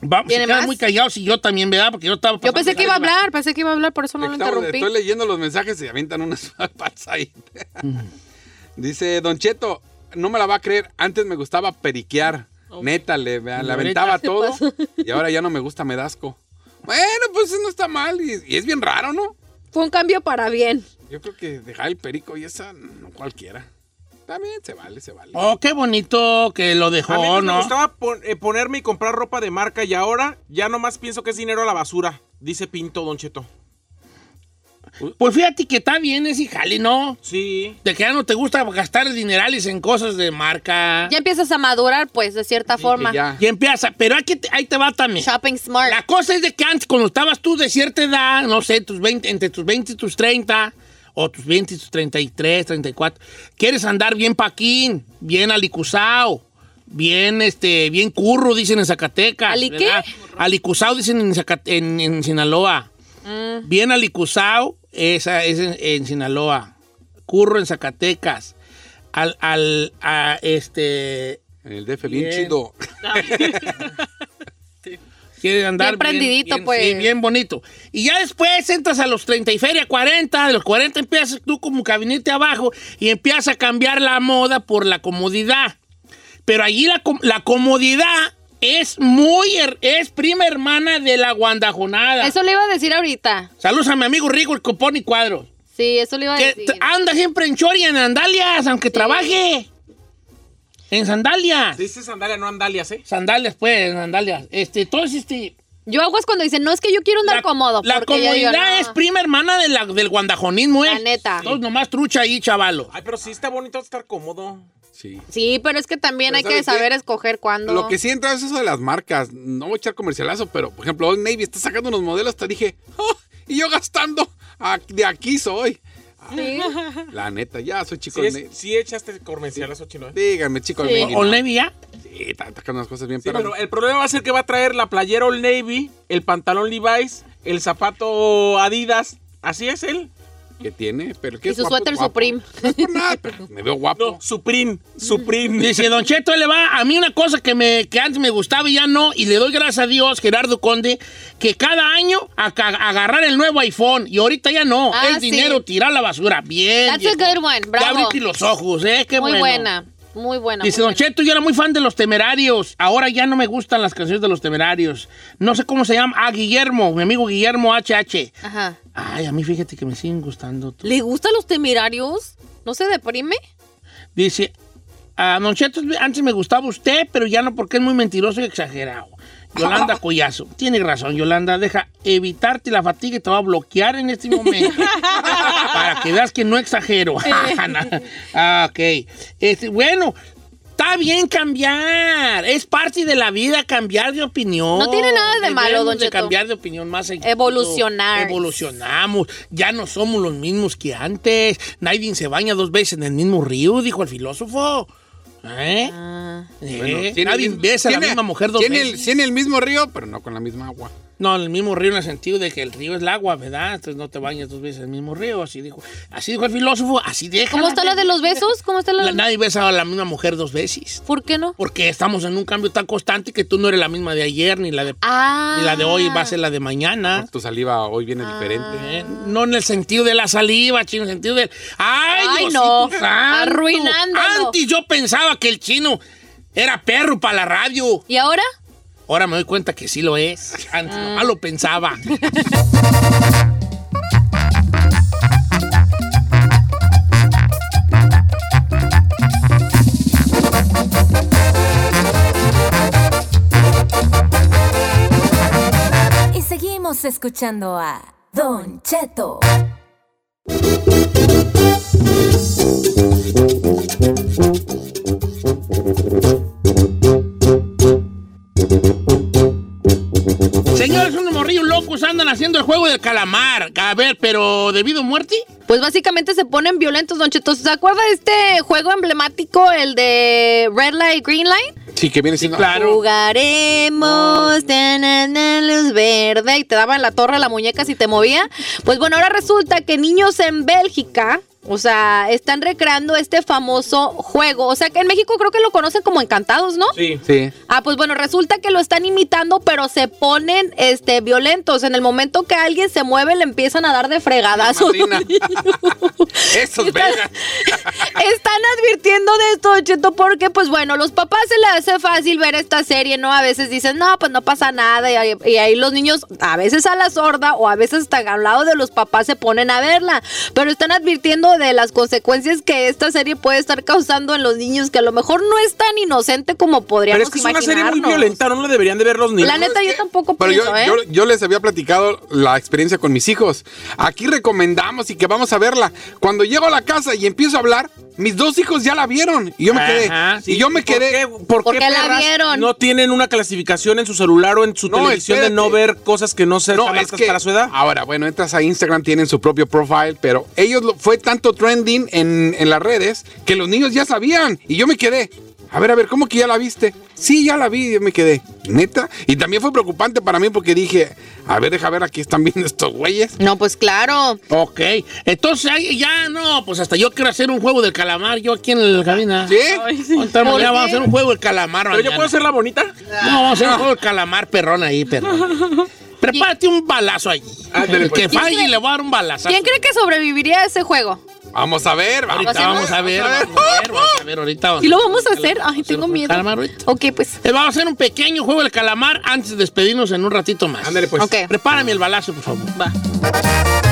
D: Vamos, se
B: ¿Tiene
D: quedan
B: más?
D: muy callados y yo también, ¿verdad? Porque yo estaba...
B: Yo
D: pasando
B: pensé que iba a
D: lágrimas.
B: hablar, pensé que iba a hablar, por eso no lo
A: Estamos-
B: interrumpí.
A: estoy leyendo los mensajes y avientan unas patas ahí. Dice, Don Cheto, no me la va a creer. Antes me gustaba periquear. Neta, le, le aventaba todo. Y ahora ya no me gusta, me da asco. Bueno, pues no está mal. Y, y es bien raro, ¿no?
B: Fue un cambio para bien.
A: Yo creo que dejar el perico y esa, no cualquiera. También se vale, se vale.
D: Oh, qué bonito que lo dejó,
C: A mí antes me
D: ¿no?
C: gustaba pon- eh, ponerme y comprar ropa de marca y ahora ya nomás pienso que es dinero a la basura, dice Pinto Don Cheto.
D: Pues fíjate que está bien ese jale, ¿no?
C: Sí.
D: De que ya no te gusta gastar dinerales en cosas de marca.
B: Ya empiezas a madurar, pues, de cierta forma.
A: Que ya.
D: Y empieza, pero aquí te- ahí te va también.
B: Shopping smart.
D: La cosa es de que antes, cuando estabas tú de cierta edad, no sé, tus 20, entre tus 20 y tus 30, o tus 20 y tus 33, 34, quieres andar bien paquín, bien alicuzao, bien, este, bien curro, dicen en Zacatecas.
B: ¿Ali qué?
D: ¿verdad? Alicuzao, dicen en, Zaca- en- en Sinaloa.
B: Ah.
D: Bien alicuzao, esa es en, en Sinaloa. Curro en Zacatecas. Al, al, a este...
A: En el DF, bien,
D: Bien.
A: chido.
D: Quiere andar
B: Bien prendidito,
D: bien,
B: pues.
D: sí, bien bonito. Y ya después entras a los 30 y feria 40, de los 40 empiezas tú como cabinete abajo y empiezas a cambiar la moda por la comodidad. Pero allí la, com- la comodidad es muy, her- es prima hermana de la guandajonada.
B: Eso le iba a decir ahorita.
D: Saludos a mi amigo Rico, el copón y cuadro.
B: Sí, eso le iba a
D: Que ah.
B: decir.
D: t- anda siempre en chori y en andalias, aunque trabaje. En sandalias.
C: Se dice sandalia, no andalias, ¿eh?
D: Sandalias, pues, sandalias. Este, todo este.
B: Yo hago es cuando dicen, no, es que yo quiero andar cómodo.
D: La
B: porque yo
D: comodidad
B: digo, no.
D: es prima hermana de la- del guandajonismo, ¿eh?
B: La neta.
D: Todos nomás trucha ahí, chavalo.
C: Ay, pero sí está bonito estar cómodo.
A: Sí.
B: Sí, pero es que también
C: Pero
B: hay que
C: ¿sabes qué?
B: saber escoger cuándo.
A: Lo que sí entra es eso de las marcas. No voy a echar comercialazo, pero por ejemplo, Old Navy está sacando unos modelos. Te dije, "Oh, y yo gastando. a- de aquí soy.
B: Sí.
A: La neta, ya soy chico
C: Sí,
A: Old
C: es-
A: Navy.
C: sí echaste comerciales o chino, ¿eh?
A: Díganme, chico
B: Sí.
A: Old Navy.
D: O
A: no.
D: Levi, ¿ah? ¿ya?
A: Sí, está sacando unas cosas bien,
C: Sí,
A: pero.
C: pero eh, el problema va a ser que va a traer la playera Old Navy, el pantalón Levi's, el zapato Adidas. Así es él.
A: que tiene, pero que
B: Y
A: es
B: su
A: guapo,
B: suéter
A: guapo.
B: Supreme.
A: No es por nada, pero me veo guapo.
C: No, Suprim, Suprim.
D: Dice, Don Cheto, le va a mí una cosa que, me, que antes me gustaba y ya no, y le doy gracias a Dios, Gerardo Conde, que cada año a, a- agarrar el nuevo iPhone, y ahorita ya no,
B: Ah,
D: es
B: sí.
D: dinero, tirar la basura. Bien.
B: That's a
D: viejo.
B: good one,
D: Ya
B: bravo.
D: abriste los ojos, ¿eh? Qué
B: muy
D: bueno.
B: buena, muy buena.
D: Dice,
B: muy
D: Don
B: buena.
D: Cheto, yo era muy fan de Los Temerarios. Ahora ya no me gustan las canciones de Los Temerarios. No sé cómo se llama. Ah, Guillermo, mi amigo Guillermo HH.
B: Ajá.
D: Ay, a mí fíjate que me siguen gustando. tú.
B: ¿Le gustan los temerarios? ¿No se deprime?
D: Dice, a Don Cheto, antes me gustaba usted, pero ya no porque es muy mentiroso y exagerado. Yolanda Collazo, tiene razón, Yolanda, deja evitarte la fatiga y te va a bloquear en este momento. para que veas que no exagero. ah, ok. Este, bueno, está bien cambiar. Es parte de la vida cambiar de opinión.
B: No tiene nada de
D: Debemos
B: malo, don
D: de
B: Cheto.
D: cambiar de opinión más seguido.
B: Evolucionar.
D: Evolucionamos. Ya no somos los mismos que antes. Nadie se baña dos veces en el mismo río, dijo el filósofo. ¿Eh? Eh,
A: Bueno, el
D: nadie
A: mismo-
D: besa a la
A: tiene-
D: misma mujer dos
A: tiene el-
D: veces.
A: tiene el mismo río, pero no con la misma agua.
D: No, en el mismo río en el sentido de que el río es el agua, ¿verdad? Entonces no te bañas dos veces en el mismo río, así dijo. Así dijo el filósofo, así deja.
B: ¿Cómo está la de los besos? ¿Cómo está la de
D: La-
B: los
D: nadie besa a la misma mujer dos veces.
B: ¿Por qué no?
D: Porque estamos en un cambio tan constante que tú no eres la misma de ayer, ni la de,
B: Ah.
D: ni la de hoy va a ser la de mañana.
A: Tu saliva hoy viene diferente.
D: Eh, No en el sentido de la saliva, chino, en el sentido del. ¡Ay,
B: Ay,
D: Diosito
B: no.
D: santo!
B: Arruinándolo.
D: Antes yo pensaba que el chino era perro para la radio.
B: ¿Y ahora?
D: Ahora me doy cuenta que sí lo es. Antes
B: Ah.
D: nomás lo pensaba.
F: Y seguimos escuchando a Don Cheto.
D: Señores, unos morrillos locos andan haciendo el juego del calamar. A ver, pero debido a muerte.
B: Pues básicamente se ponen violentos, Don Cheto. ¿Se acuerda de este juego emblemático, el de Red Light, Green Light?
A: Sí, que viene siendo.
D: Claro.
B: Jugaremos na, na, na, luz verde y te daban la torre a la muñeca si te movía. Pues bueno, ahora resulta que niños en Bélgica, o sea, están recreando este famoso juego. O sea, que en México creo que lo conocen como Encantados, ¿no?
C: Sí.
A: Sí.
B: Ah, pues bueno, resulta que lo están imitando, pero se ponen este violentos. En el momento que alguien se mueve, le empiezan a dar de fregadazo.
A: Marina. Esos vergas.
B: Están advirtiendo de esto, Don Cheto, porque, pues bueno, los papás se les hace fácil ver esta serie, ¿no? A veces dicen, no, pues no pasa nada. Y, ahí- y ahí los niños, a veces a la sorda o a veces hasta al lado de los papás, se ponen a verla. Pero están advirtiendo de las consecuencias que esta serie puede estar causando en los niños, que a lo mejor no es tan inocente como
C: Pero
B: podríamos
C: es que es una serie muy
B: imaginarnos.
C: violenta, no la deberían de ver los niños.
B: La neta, yo tampoco
A: Pero
B: pienso,
A: yo,
B: ¿eh?
A: yo, yo les había platicado la experiencia con mis hijos. Aquí recomendamos y que vamos a verla. Cuando llego a la casa y empiezo a hablar, mis dos hijos ya la vieron. Y yo me quedé.
D: Ajá, sí.
A: y yo me quedé.
C: ¿Por qué, por
B: Porque
C: qué
B: la
C: perras
B: vieron.
C: no tienen una clasificación en su celular o en su
A: No,
C: televisión de no
A: espérate.
C: ver cosas que no sean
A: No, es
C: aptas
A: que
C: para su edad?
B: Ah,
A: ahora, bueno, entras a Instagram, tienen su propio profile, pero ellos lo- fue tanto trending en, en las redes que los niños ya sabían y yo me quedé. A ver, a ver, ¿cómo que ya la viste? Sí, ya la vi, y yo me quedé. ¿Neta? Y también fue preocupante para mí porque dije, a ver, deja ver, aquí están viendo estos güeyes.
B: No, pues claro.
D: Ok. Entonces ahí ya no, pues hasta yo quiero hacer un juego del calamar. Yo aquí en la cabina.
A: ¿Sí?
E: Ay, sí.
D: Ahorita
B: ¿Por
D: mañana
B: qué?
D: vamos a hacer un juego del calamar.
C: Pero yo
D: mañana.
C: puedo hacer la bonita.
D: No, vamos a hacer un juego del calamar perrón ahí, perrón. Prepárate un balazo allí.
C: Ándale,
D: El que
C: pues.
D: falle le voy a dar un balazo.
B: ¿Quién cree que sobreviviría a ese juego?
A: Vamos a ver, vamos,
D: Ahorita vamos a ver, vamos a ver, vamos a ver, ahorita. vamos
B: ¿Y
D: a
B: lo
D: ver.
B: vamos a hacer? Ay,
D: Vamos a
B: tengo
D: hacer un
B: miedo.
D: calamar ahorita.
B: Ok, pues.
D: Eh, Vamos a hacer un pequeño juego del calamar antes de despedirnos en un ratito más.
C: Ándale, pues.
B: Ok.
D: Prepárame el balazo, por favor.
E: Va.